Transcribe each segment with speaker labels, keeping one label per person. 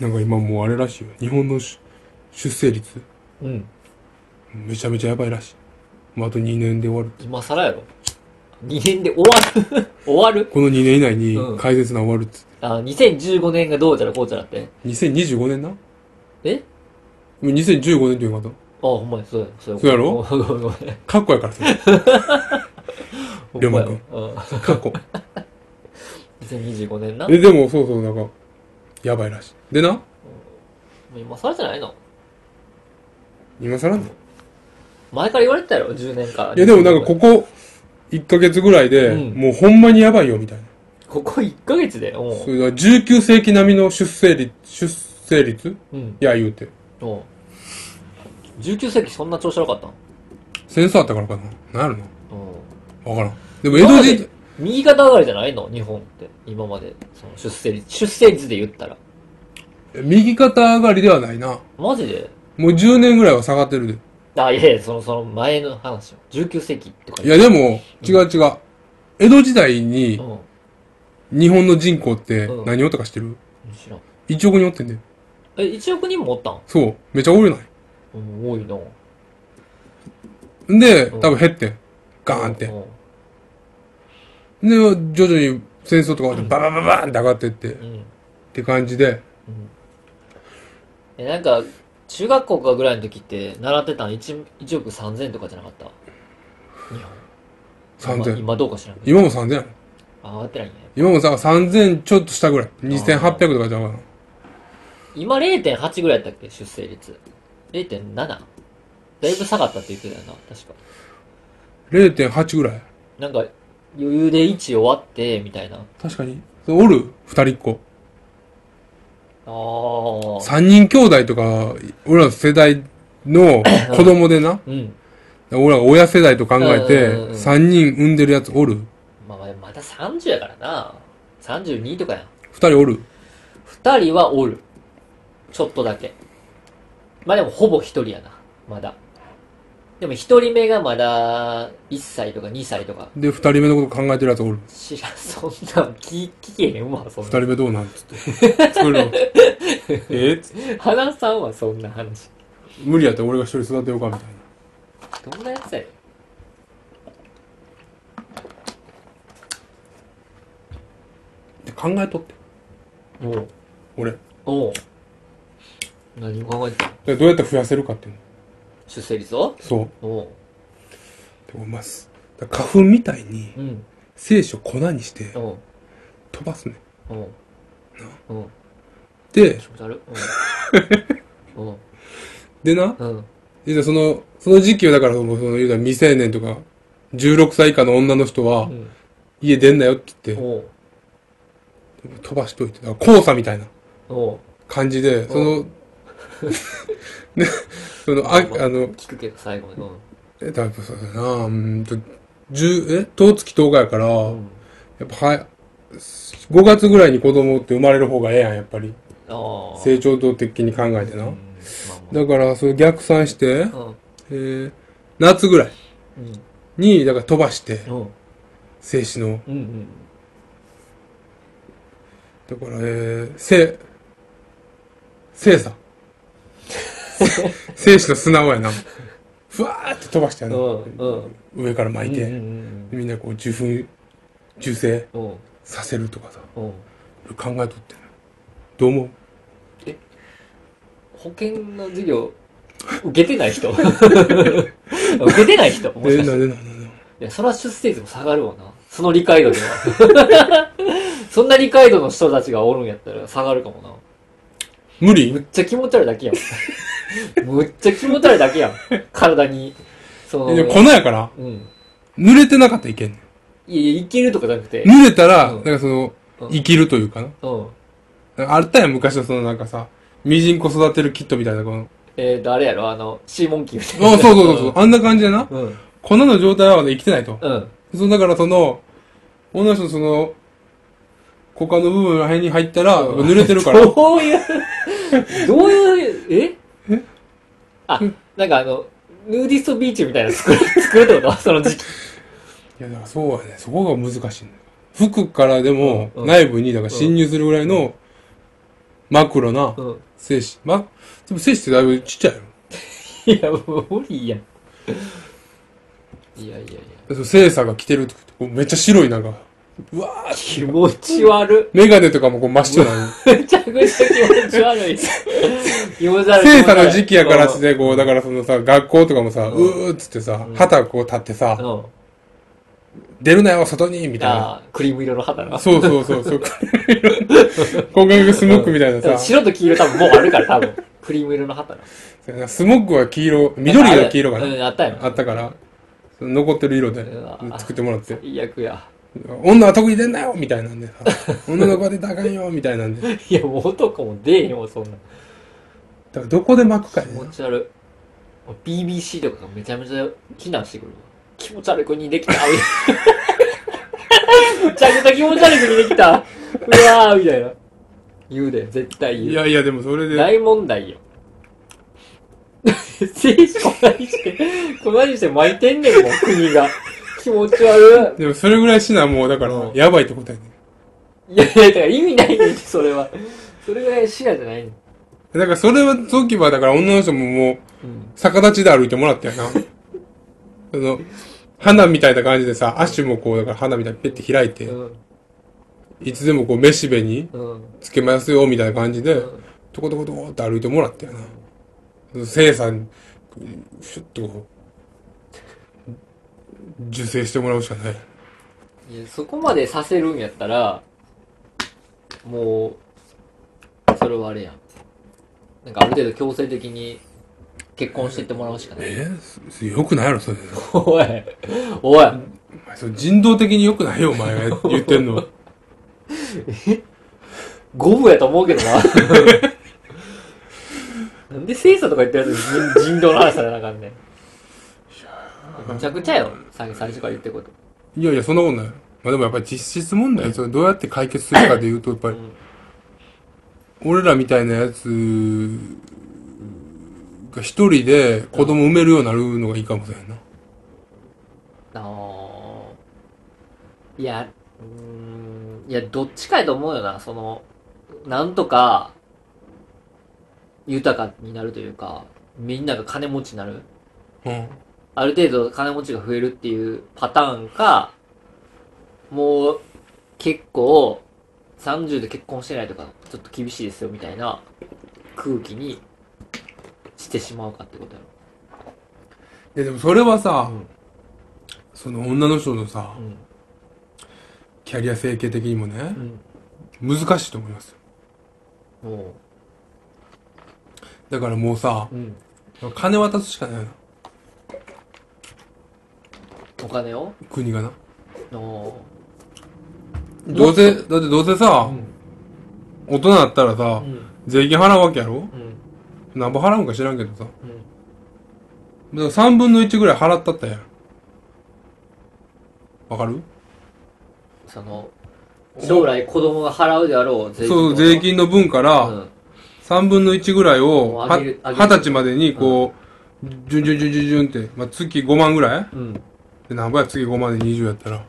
Speaker 1: なんか今もうあれらしいよ日本の出出生率
Speaker 2: うん。
Speaker 1: めちゃめちゃやばいらしいもうあと2年で終わる
Speaker 2: 今更やろ。2年で終わる 終わる
Speaker 1: この2年以内
Speaker 2: うん
Speaker 1: に改善すな終わるっつって、
Speaker 2: あ、2015年がどうじゃらこうじゃらって。
Speaker 1: 2025年なも
Speaker 2: え
Speaker 1: う2015年っていう方
Speaker 2: あ、ほんまに、そうや、そうや。
Speaker 1: そうやろ
Speaker 2: ごめんごめんごめん
Speaker 1: 過去やからそれ龍馬くん
Speaker 2: ほんまやわ
Speaker 1: 過去
Speaker 2: うん。2025年な。も
Speaker 1: えでもそうそうなんかやばいらしいでな
Speaker 2: う今更じゃないの
Speaker 1: 今更なの
Speaker 2: 前から言われてたやろ、10年から。
Speaker 1: いやでもなんかここ1ヶ月ぐらいで、
Speaker 2: うん
Speaker 1: もうほんまにやばいよみたいな
Speaker 2: ここ1ヶ月で、お
Speaker 1: そうれだから19世紀並みの出生率出生率
Speaker 2: うん。
Speaker 1: いや言うて
Speaker 2: おう19世紀そんな調子悪かったん
Speaker 1: センスあったからかななんやろ
Speaker 2: うん。
Speaker 1: なわからんでも江戸時
Speaker 2: 今ま
Speaker 1: 代
Speaker 2: で右肩上がりじゃないの日本って。今まで。その出生率。出生率で言ったら。
Speaker 1: 右肩上がりではないな
Speaker 2: マジで
Speaker 1: もう10年ぐらいは下がってるで
Speaker 2: あ、いやいや、その、その前の話よ。19世紀とか
Speaker 1: い
Speaker 2: 言う
Speaker 1: やでも違う違う江戸時代に日本の人口って
Speaker 2: うん
Speaker 1: 何おったか知ってる
Speaker 2: うん。知らん。
Speaker 1: 1億人おってんで
Speaker 2: え、1億人もおったん
Speaker 1: そうめっちゃ多いよない
Speaker 2: うん、多いな。
Speaker 1: んで
Speaker 2: うん
Speaker 1: 多分減ってんガーンって
Speaker 2: うん
Speaker 1: で徐々に戦争とか終わってババババーンって上がってってっ
Speaker 2: うん。
Speaker 1: て感じで
Speaker 2: え、なんか、中学校かぐらいの時って、習ってたん 1, 1億3000とかじゃなかった日本。今
Speaker 1: 3000
Speaker 2: 今どうか知らんけど。
Speaker 1: 今も3000やろ
Speaker 2: あ、上がってないね。
Speaker 1: 今もさ3000ちょっと下ぐらい2800とかじゃんかな
Speaker 2: 今0.8ぐらいやったっけ出生率。0.7? だいぶ下がったって言ってたよな、確か。
Speaker 1: 0.8ぐらい
Speaker 2: なんか、余裕で1終わって、みたいな。あ
Speaker 1: 確かにそれおる2人っ子
Speaker 2: あー。
Speaker 1: 3人兄弟とか俺らの世代の子供でな
Speaker 2: うん。
Speaker 1: 俺らが親世代と考えて
Speaker 2: うんうんうん
Speaker 1: 3人産んでるやつおる
Speaker 2: まあ、まだ30やからな。32とかやん。
Speaker 1: 2人おる
Speaker 2: 2人はおる。ちょっとだけ。まあでもほぼ1人やな。まだ。でも1人目がまだ1歳とか2歳とか。
Speaker 1: で2人目のこと考えてるやつおる
Speaker 2: 知らん、そんなん聞聞けへんわ、そん
Speaker 1: 2
Speaker 2: な
Speaker 1: 人。目どうなん つってそれをえっつって
Speaker 2: 花さんはそんな話。
Speaker 1: 無理やったら俺が1人育てようかみたいな
Speaker 2: どんなやつやねん
Speaker 1: で考えとって
Speaker 2: おう
Speaker 1: 俺
Speaker 2: おう何を考えてたの
Speaker 1: でどうやって増やせるかっていうの
Speaker 2: 出生率を
Speaker 1: そう
Speaker 2: おう
Speaker 1: で思いますだから花粉みたいに
Speaker 2: うん
Speaker 1: 精子を粉にして
Speaker 2: おう
Speaker 1: 飛ばすね
Speaker 2: おうおう
Speaker 1: で
Speaker 2: 気持ち悪いおうおう
Speaker 1: でな
Speaker 2: うん
Speaker 1: 実はそのその時期はだからそのその言うたら未成年とか16歳以下の女の人は
Speaker 2: うん
Speaker 1: 家出んなよって言って
Speaker 2: おう
Speaker 1: 飛ばしといてだから黄砂みたいな
Speaker 2: おう
Speaker 1: 感じでその ねそのああの
Speaker 2: 聞くけど最後にうん
Speaker 1: えだからそうだなうーんと十え十月10日やから、
Speaker 2: うん
Speaker 1: やっぱは5月ぐらいに子供って生まれる方がええやんやっぱり
Speaker 2: ああ
Speaker 1: 成長と的に考えてな、
Speaker 2: うんま
Speaker 1: だからそれ逆算して、
Speaker 2: あまあ
Speaker 1: えー夏ぐらい
Speaker 2: うんうん
Speaker 1: にだから飛ばして
Speaker 2: うん
Speaker 1: 精子の
Speaker 2: うんうん
Speaker 1: だからえー、精精 査精子の砂をやなふわーって飛ばしてやな、
Speaker 2: うんうん
Speaker 1: 上から巻いて、
Speaker 2: うんうん
Speaker 1: でみんなこう受粉受精
Speaker 2: うんうん
Speaker 1: させるとかさ
Speaker 2: うんうん
Speaker 1: 考えとってなどう思う
Speaker 2: 保険の授 業受けてない 人受けてない人も
Speaker 1: え
Speaker 2: し
Speaker 1: なんでな
Speaker 2: かして
Speaker 1: んでなんで
Speaker 2: いや、そら出生率も下がるわな。その理解度では。 そんな理解度の人たちがおるんやったら下がるかもな。
Speaker 1: 無理
Speaker 2: めっちゃ気持ち悪いだけや ん。むっちゃ気持ち悪いだけやん。体に。その、
Speaker 1: いや粉やから
Speaker 2: うん。
Speaker 1: 濡れてなかったらいけんね
Speaker 2: いやいや、いけるとかじゃなくて
Speaker 1: ん。濡れたら、
Speaker 2: うん
Speaker 1: なんかその、
Speaker 2: うん
Speaker 1: 生きるというかな
Speaker 2: うん。
Speaker 1: なんかあったやん昔のそのなんかさミジンコ育てるキットみたいなこの
Speaker 2: えーと、あれやろ、あの、シーモンキーみたいな。
Speaker 1: あそうそうそうそうあんな感じでな
Speaker 2: うん。うん。
Speaker 1: 粉の状態はまだ生きてないと
Speaker 2: うん。
Speaker 1: そうだからその女の人のその股間の部分ら辺に入ったら
Speaker 2: うん
Speaker 1: 濡れてる から
Speaker 2: どういう、どう いう、え
Speaker 1: え
Speaker 2: あ、なんかあの、ヌーディストビーチみたいなの作る、 作るってことその時期。
Speaker 1: いやだからそうやねそこが難しいんだよ服からでも
Speaker 2: うん
Speaker 1: 内部にだから侵入するぐらいの枕な
Speaker 2: う。ん。
Speaker 1: 精子。ま、でも精子ってだいぶちっちゃいよ。
Speaker 2: いや、もう無理やん。いやいやいや。
Speaker 1: でその精査が来てるってことこうめっちゃ白いなんか。うわー
Speaker 2: 気持ち悪
Speaker 1: メガネとかもこう真っ白なの。
Speaker 2: い。めちゃくちゃ気持ち悪い。気持ち悪い。
Speaker 1: 精査の時期やからっつっ
Speaker 2: うん
Speaker 1: て、こう、だからそのさ、学校とかもさ、うーっつってさ
Speaker 2: うん、
Speaker 1: 旗こう立って
Speaker 2: う
Speaker 1: さ、
Speaker 2: ん。
Speaker 1: 出るなよ、外にみたいな。
Speaker 2: あークリーム色の肌な。
Speaker 1: そうそうそう、そう。今回スモックみたい
Speaker 2: 多
Speaker 1: な
Speaker 2: 分
Speaker 1: さ、
Speaker 2: 白と黄色多分もうあるから、多分。クリーム色の旗な。
Speaker 1: スモックは黄色、緑が黄色か
Speaker 2: う
Speaker 1: な。
Speaker 2: ん、あったやん。
Speaker 1: あったから、残ってる色で
Speaker 2: うわ
Speaker 1: 作ってもらって。
Speaker 2: 最悪や。
Speaker 1: 女は特に出んなよみたいなんで さ、女の子は出たらあかんよみたいなんで。だ
Speaker 2: いや、もう男も出えへんわ、そんなん。
Speaker 1: からどこで巻くかや
Speaker 2: 気
Speaker 1: ね
Speaker 2: 持ち悪いもう BBC とかがめちゃめちゃ非難してくるわ気持ち悪い国できためちゃくちゃ気持ち悪い国できたうわーみたいな言うで絶
Speaker 1: い
Speaker 2: 対言う
Speaker 1: やいや、でもそれで、
Speaker 2: 大問題よ 政治こないしてこないして巻いてんねんもん国が気持ち悪
Speaker 1: でもそれぐらいしな、もうだか
Speaker 2: う
Speaker 1: ら
Speaker 2: ん、
Speaker 1: やばいってことやね。
Speaker 2: いいやいやだから意味ないねんってそれはそれぐらい視野じゃないねん
Speaker 1: だからそれは、時は、だから女の人ももう、
Speaker 2: うん
Speaker 1: 逆立ちで歩いてもらったよな。その、花みたいな感じでさ、足もこう、だから花みたいにペッて開いて、いつでもこう、飯べに
Speaker 2: うんうん
Speaker 1: つけますよ、みたいな感じ
Speaker 2: う
Speaker 1: で、
Speaker 2: ん
Speaker 1: トコトコトコって歩いてもらったよな。その生さん、シュッとこう、受精してもらうしかない。
Speaker 2: いや、そこまでさせるんやったら、もう、それはあれやん。なんかある程度強制的に結婚してってもらうしかない。
Speaker 1: えー、よくないやろ、それ。
Speaker 2: おい、おい、
Speaker 1: お前それ人道的によくないよ、お前が言ってん の。
Speaker 2: 五分やと思うけどな。なんで精査とか言ってるやつに人人道の話されなあかんねん。むちゃくちゃよ、さ最初から言ってること。
Speaker 1: いやいや、そんなことない。まあでもやっぱり実質問題、それどうやって解決するかで言うと、やっぱり、俺らみたいなやつが一人で子供産めるようになるのがいいかもしれんな。
Speaker 2: あのーいや、うーん、いや、どっちかやと思うよな、その、なんとか、豊かになるというか、みんなが金持ちになる。
Speaker 1: うん。
Speaker 2: ある程度金持ちが増えるっていうパターンか、もう、結構、30で結婚してないとか、ちょっと厳しいですよ、みたいな空気にしてしまうかってことや
Speaker 1: いやでもそれはさ、
Speaker 2: うん
Speaker 1: その女の人のさ
Speaker 2: ろ。う、ん。
Speaker 1: キャリア整形的にもね、難しいと思いますよ。
Speaker 2: うん。も
Speaker 1: だからもうさ
Speaker 2: う、う、ん。
Speaker 1: 金渡すしかないな。
Speaker 2: お金を
Speaker 1: 国がな。
Speaker 2: の、
Speaker 1: どうせ、だってどうせ
Speaker 2: う
Speaker 1: さ、
Speaker 2: ん。
Speaker 1: 大人だったらさ
Speaker 2: う、ん。
Speaker 1: 税金払うわけやろ
Speaker 2: うん。
Speaker 1: 何ぼ払うんか知らんけどさ。
Speaker 2: うん。
Speaker 1: だから3分の1ぐらい払ったったやん。わかる
Speaker 2: その、将来子供が払うであろう税金。
Speaker 1: そう、税。金の分か
Speaker 2: う
Speaker 1: ら、
Speaker 2: ん。
Speaker 1: 3分の1ぐらいを、
Speaker 2: もう
Speaker 1: は
Speaker 2: 上げる上げ
Speaker 1: 20
Speaker 2: る
Speaker 1: 歳までにこう、じゅんじゅんじゅんじゅんじゅんって、まあ、月5万ぐらい
Speaker 2: うん。
Speaker 1: で、なんぼや月5万で20やったら。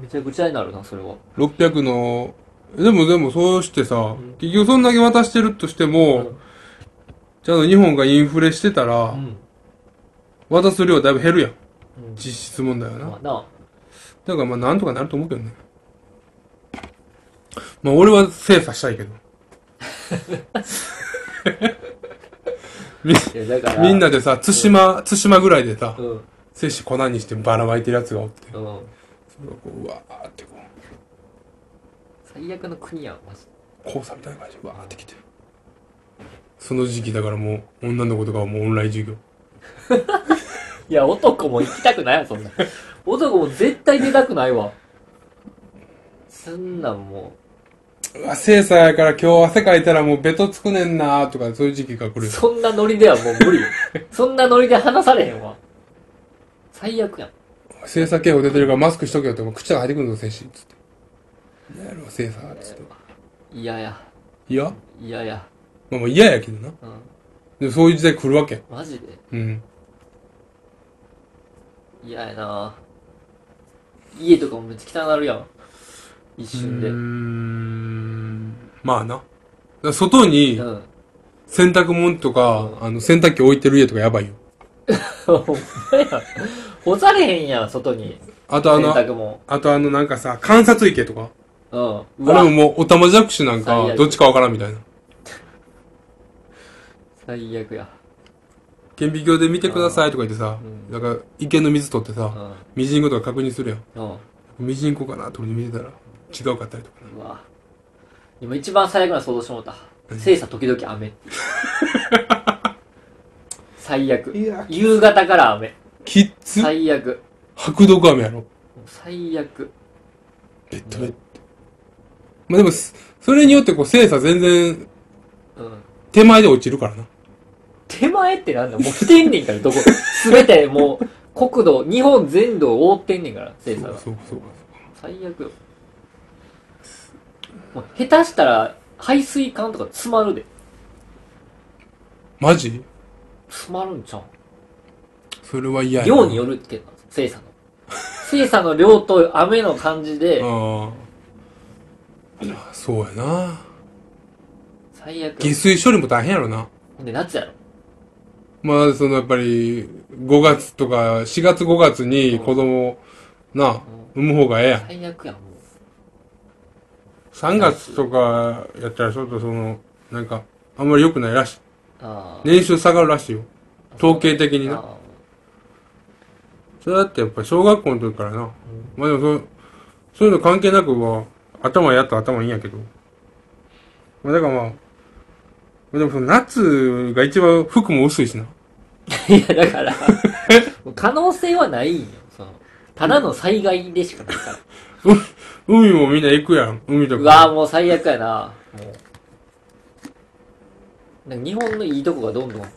Speaker 2: めちゃくちゃになるな、それは。
Speaker 1: 600の、でもでもそうしてさ
Speaker 2: ん、
Speaker 1: 結局そんだけ渡してるとしても、ちゃんと日本がインフレしてた
Speaker 2: う
Speaker 1: ら、
Speaker 2: ん。
Speaker 1: 渡す量だいぶ減るやん。
Speaker 2: うん。
Speaker 1: 実質問題はな
Speaker 2: ま。あな、
Speaker 1: だからまあなんとかなると思うけどね。まあ俺は精査したいけど。
Speaker 2: いやだから。
Speaker 1: みん。なでさ、津島、津島ぐらいでさ
Speaker 2: う、ん。
Speaker 1: 精子粉にしてばらまいてるやつがおって、
Speaker 2: うん。
Speaker 1: こううわーってこう、
Speaker 2: 最悪の国やん、マジで。
Speaker 1: 交差みたいな感じでわーってきて。その時期だからもう、女の子とかはもうオンライン授業。
Speaker 2: いや、男も行きたくないわ、そんな。 男も絶対出たくないわ。そんなんも
Speaker 1: うわ、精査やから今日汗かいたらもうベトつくねんなーとか、そういう時期が来
Speaker 2: う、
Speaker 1: るよ。
Speaker 2: そんなノリではもう 無理よ。そんなノリで話されへんわ。最悪やん。
Speaker 1: 精査警報出てるからマスクしとけよって、もう口が入ってくるぞ、精子。つって。やろ、精査。つって。
Speaker 2: 嫌や。
Speaker 1: いや
Speaker 2: 嫌や。
Speaker 1: まあまあ嫌やけどな。
Speaker 2: うん。
Speaker 1: でもそういう時代来るわけ。
Speaker 2: マジで。
Speaker 1: うん。
Speaker 2: 嫌やな家とかもめっちゃ汚なるやん一
Speaker 1: うー
Speaker 2: 瞬で
Speaker 1: ん。まあな。ら外に
Speaker 2: うん。
Speaker 1: 洗濯物とか、あの、洗濯機置いてる家とかやばいよ。
Speaker 2: お前や、干されへんやん、外に。
Speaker 1: あとあ
Speaker 2: 洗
Speaker 1: の、
Speaker 2: 濯も。
Speaker 1: あとあのなんかさ、観察池とか。
Speaker 2: うん。う
Speaker 1: あれも
Speaker 2: わ、
Speaker 1: もう、おたまじゃくしなん
Speaker 2: 最
Speaker 1: か、
Speaker 2: 悪
Speaker 1: どっちかわからんみたいな。
Speaker 2: 最悪や。
Speaker 1: 顕微鏡で見てくださいとか言ってさ
Speaker 2: う、ん
Speaker 1: なんか、池の水取って
Speaker 2: う
Speaker 1: さ、
Speaker 2: ん。
Speaker 1: ミジンコとか確認するやん。
Speaker 2: うん。
Speaker 1: ミジンコかなと思って見てたら、違うかったりとか。
Speaker 2: うわ。今一番最悪な想像してもらった。精査時々雨。最悪。
Speaker 1: いや、
Speaker 2: 夕方から雨。
Speaker 1: キッズ
Speaker 2: 最悪。
Speaker 1: 白毒飴やろ。
Speaker 2: 最悪。
Speaker 1: ベッドベッド。まあでも、すそれによってこう、精査全然、
Speaker 2: うん。
Speaker 1: 手前で落ちるからな。
Speaker 2: 手前ってなんだもう来てんねんか ら、どこ。すべてもう、国土、日本全土を覆ってんねんから、精査が。
Speaker 1: そうかそうか。
Speaker 2: 最悪よ。もう下手したら、排水管とか詰まるで。
Speaker 1: マジ
Speaker 2: 詰まるんちゃう
Speaker 1: それは嫌やな。
Speaker 2: 量によるって言うの、精査の。精査の量と雨の感じで、
Speaker 1: ああ。そうやな。
Speaker 2: 最悪。
Speaker 1: 下水処理も大変やろな。
Speaker 2: ほんで、夏やろ。
Speaker 1: まあ、そのやっぱり、5月とか、4月5月に子供、な、産む方がええやん。
Speaker 2: 最悪やん、もう。
Speaker 1: 3月とかやったらちょっとその、なんか、あんまり良くないらしい。
Speaker 2: ああ。
Speaker 1: 年収下がるらしいよ。統計的に
Speaker 2: あ
Speaker 1: な。
Speaker 2: あ
Speaker 1: それだってやっぱ小学校の時からな。まあでもそう、そういうの関係なくは、頭やったら頭いいんやけど。まあだからまあ、でもその夏が一番服も薄いしな。
Speaker 2: いや、だから、可能性はないんよ。その、ただの災害でしかないから。
Speaker 1: 海もみんな行くやん。海と
Speaker 2: う
Speaker 1: か。
Speaker 2: わぁ、もう最悪やなもう。なんか日本のいいとこがどんどん減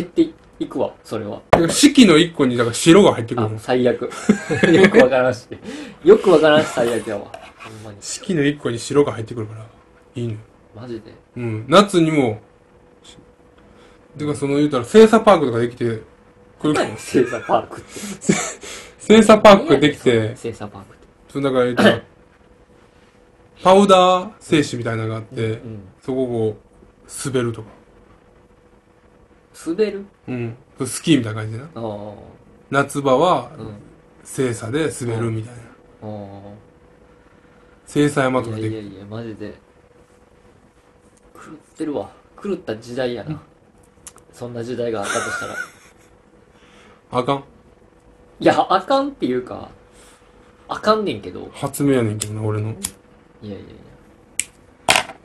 Speaker 2: っていくわ、それは。
Speaker 1: 四季の一個にだから白が入ってくる
Speaker 2: あ
Speaker 1: の、。
Speaker 2: 最 悪。よくわからんし。よくわからんし、最悪やわ。ほんまに。
Speaker 1: 四季の一個に白が入ってくるから、いいの。
Speaker 2: マジで。
Speaker 1: うん。夏にも、てかその言うたら、精査パークとかできて、くるかも。
Speaker 2: 精査パークって。
Speaker 1: 精査パークができて、
Speaker 2: 精査パークって。
Speaker 1: そのだから言うたら、パウダー精子みたいなのがあって
Speaker 2: う、ん。
Speaker 1: そこをこう、滑るとか。
Speaker 2: 滑る
Speaker 1: うん。スキーみたいな感じでな。
Speaker 2: ああ。
Speaker 1: 夏場は
Speaker 2: う、ん。
Speaker 1: 精査で滑るみたいな。
Speaker 2: ああ。
Speaker 1: 精査山と
Speaker 2: い
Speaker 1: か
Speaker 2: や
Speaker 1: できて
Speaker 2: いや。いやマジで狂ってるわ狂った時代やなそんな時代があったとしたら
Speaker 1: あかん。
Speaker 2: いやあかんっていうかあかんねんけど
Speaker 1: 発明やねんけどな、俺の。
Speaker 2: いやいやい
Speaker 1: だか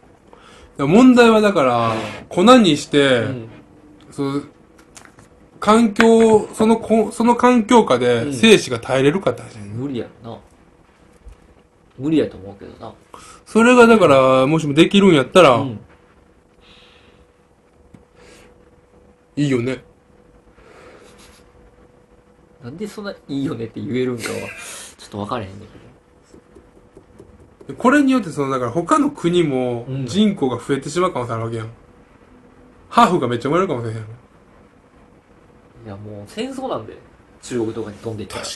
Speaker 1: ら問題はだから、粉にして、
Speaker 2: やうん
Speaker 1: そう、環境、そのこ、その環境下
Speaker 2: うん
Speaker 1: で精子が耐えれるかって話やね
Speaker 2: 無理やろな無理やと思うけどな
Speaker 1: それがだから、もしもできるんやったら、
Speaker 2: うん
Speaker 1: いいよね。
Speaker 2: なんでそんないいよねって言えるんかはちょっと分からへんねんけ
Speaker 1: これによってその、だから他の国も
Speaker 2: うん
Speaker 1: 人口が増えてしまう可能性あるわけやん。ハーフがめっちゃ生まれるかもしれへんやん。
Speaker 2: どいやもう戦争なんで中国とかに飛んでいったら
Speaker 1: か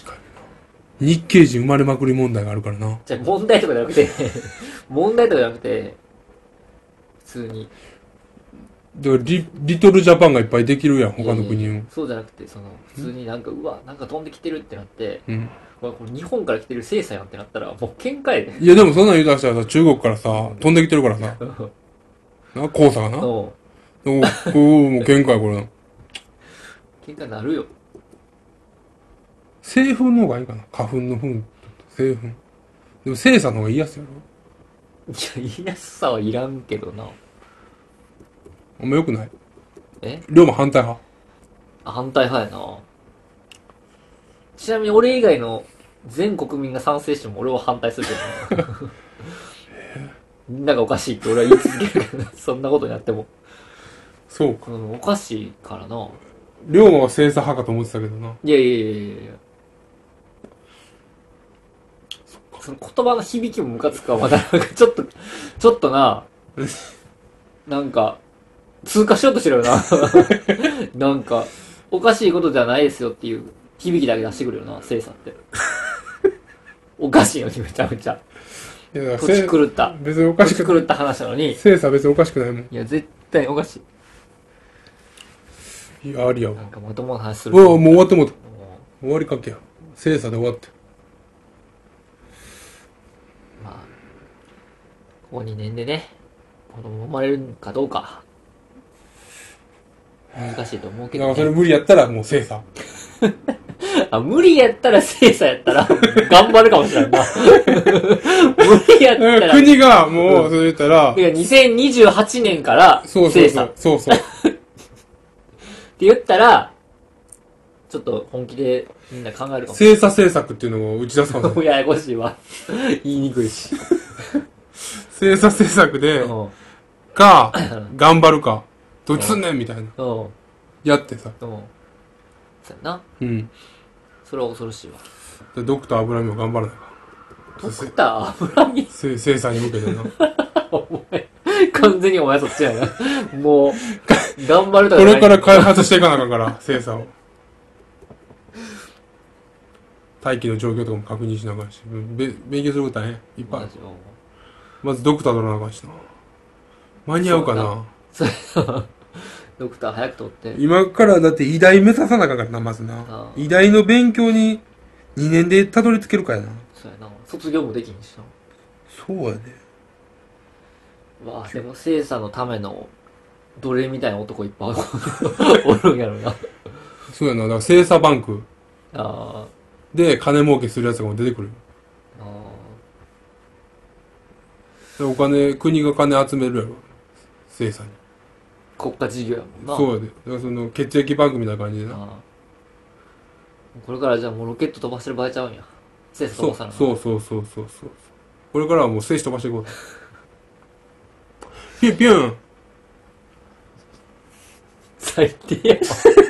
Speaker 1: にな。日系人生まれまくり問題があるからな。
Speaker 2: じゃあ問題とかじゃなくて 問題とかじゃなくて普通に
Speaker 1: だからリ、リトルジャパンがいっぱいできるやん、他の国
Speaker 2: いやい
Speaker 1: も
Speaker 2: や。そうじゃなくてその普通になんかうわなんか飛んできてるってなって
Speaker 1: うん。
Speaker 2: これこれ日本から来てる制裁なんてなったらもう喧嘩や で
Speaker 1: いやでもそんなん言うたらしたらさ、中国からさ、飛んできてるからさ、な、黄砂がな。
Speaker 2: の
Speaker 1: おこう、もう限界これな。
Speaker 2: 喧嘩なるよ
Speaker 1: 製粉の方がいいかな花粉の粉製粉でも精査の方がいいやつやろ
Speaker 2: いや言いやすさはいらんけどな
Speaker 1: あんまよくない
Speaker 2: え
Speaker 1: 龍馬反対派
Speaker 2: あ反対派やなちなみに俺以外の全国民が賛成しても俺は反対するけどなみんながおかしいって俺は言い続けるからなそんなことになっても、
Speaker 1: そうか
Speaker 2: うん、おかしいからな
Speaker 1: 龍馬は精査派かと思ってたけどない
Speaker 2: やいやいやいやいやその言葉の響きもムカつくわ、まだなんかちょっと、 ちょっとな、なんか、通過しようとしてるよな。 なんか、おかしいことじゃないですよっていう響きだけ出してくるよな、精査って。おかしいよね、めちゃめちゃ。
Speaker 1: いや、だ
Speaker 2: 土
Speaker 1: から
Speaker 2: 地狂った。
Speaker 1: 別にお
Speaker 2: 土
Speaker 1: かし
Speaker 2: 地
Speaker 1: く
Speaker 2: 狂った話なのに、
Speaker 1: 精査別におかしくないもん。
Speaker 2: いや、絶対おかし
Speaker 1: いや、ありや
Speaker 2: い。
Speaker 1: わ
Speaker 2: な。んかまともな話す
Speaker 1: う
Speaker 2: る。
Speaker 1: わ、もう
Speaker 2: も
Speaker 1: 終わってもうた。
Speaker 2: う
Speaker 1: 終わりかけや。精査で終わって。
Speaker 2: まあ、ここ2年でね、子供生まれるかどうか、難しいと思うけ
Speaker 1: だから
Speaker 2: ど、
Speaker 1: それ
Speaker 2: ね。
Speaker 1: 無理やったらもう精査。
Speaker 2: あ、無理やったら精査やったら、頑張るかもしれんな。 無理やっ
Speaker 1: だから
Speaker 2: たら、
Speaker 1: 国がもう、それ言ったら、
Speaker 2: いや2028年から
Speaker 1: そうそ
Speaker 2: 精
Speaker 1: う
Speaker 2: 査
Speaker 1: そ
Speaker 2: っ
Speaker 1: う。そうそう。
Speaker 2: て言ったら、ちょっと本気でみんな考えるかもし
Speaker 1: 精査政策っていうのを打ち出すか
Speaker 2: れ
Speaker 1: も
Speaker 2: ん
Speaker 1: ね。
Speaker 2: ややこしいわ。言いにくいし。
Speaker 1: 精査政策で
Speaker 2: う、ん。
Speaker 1: か、頑張るか、どっちすんねんみたいな。
Speaker 2: うん。
Speaker 1: やってさ。
Speaker 2: うん。そうやな。
Speaker 1: うん。
Speaker 2: それは恐ろしいわ。
Speaker 1: でドクター油見も頑張らないか。
Speaker 2: ドクター油見
Speaker 1: せ精査に向けて な。こ
Speaker 2: お前、完全にお前そっちやな。もう、頑張るとかじゃな
Speaker 1: れ
Speaker 2: い
Speaker 1: から開発していかなあかんから、精査を。大気の状況とかも確認しなあかんし、べ勉強すること大変。いっぱいある。まずドクター取らなあかんしな。間に合うか
Speaker 2: そう
Speaker 1: な。
Speaker 2: そうドクター早く取って。
Speaker 1: 今からだって医大目指さなあかんからな、まずな
Speaker 2: あ。ー
Speaker 1: 医大の勉強に2年でたどり着けるかやな。
Speaker 2: そうやな。卒業もできんし
Speaker 1: そうやで。
Speaker 2: な。わあ、でも精査のための奴隷みたいな男いっぱい おるおるんやろな。
Speaker 1: そうやな。だから精査バンク
Speaker 2: あー
Speaker 1: で金儲けするやつがもう出てくるよ。
Speaker 2: あ
Speaker 1: で
Speaker 2: ー。
Speaker 1: お金、国が金集めるやろ。精査に。
Speaker 2: 国家事業やもんな。
Speaker 1: そうやで。だからその血液バンクみたいな感じでな。
Speaker 2: あーこれからじゃあもうロケット飛ばしてる場合ちゃうんや。精査
Speaker 1: そ
Speaker 2: 飛
Speaker 1: う
Speaker 2: ばさな
Speaker 1: そうそうそうそうそう。これからはもう精子飛ばしていこう。ピュンピュン
Speaker 2: 最低やわ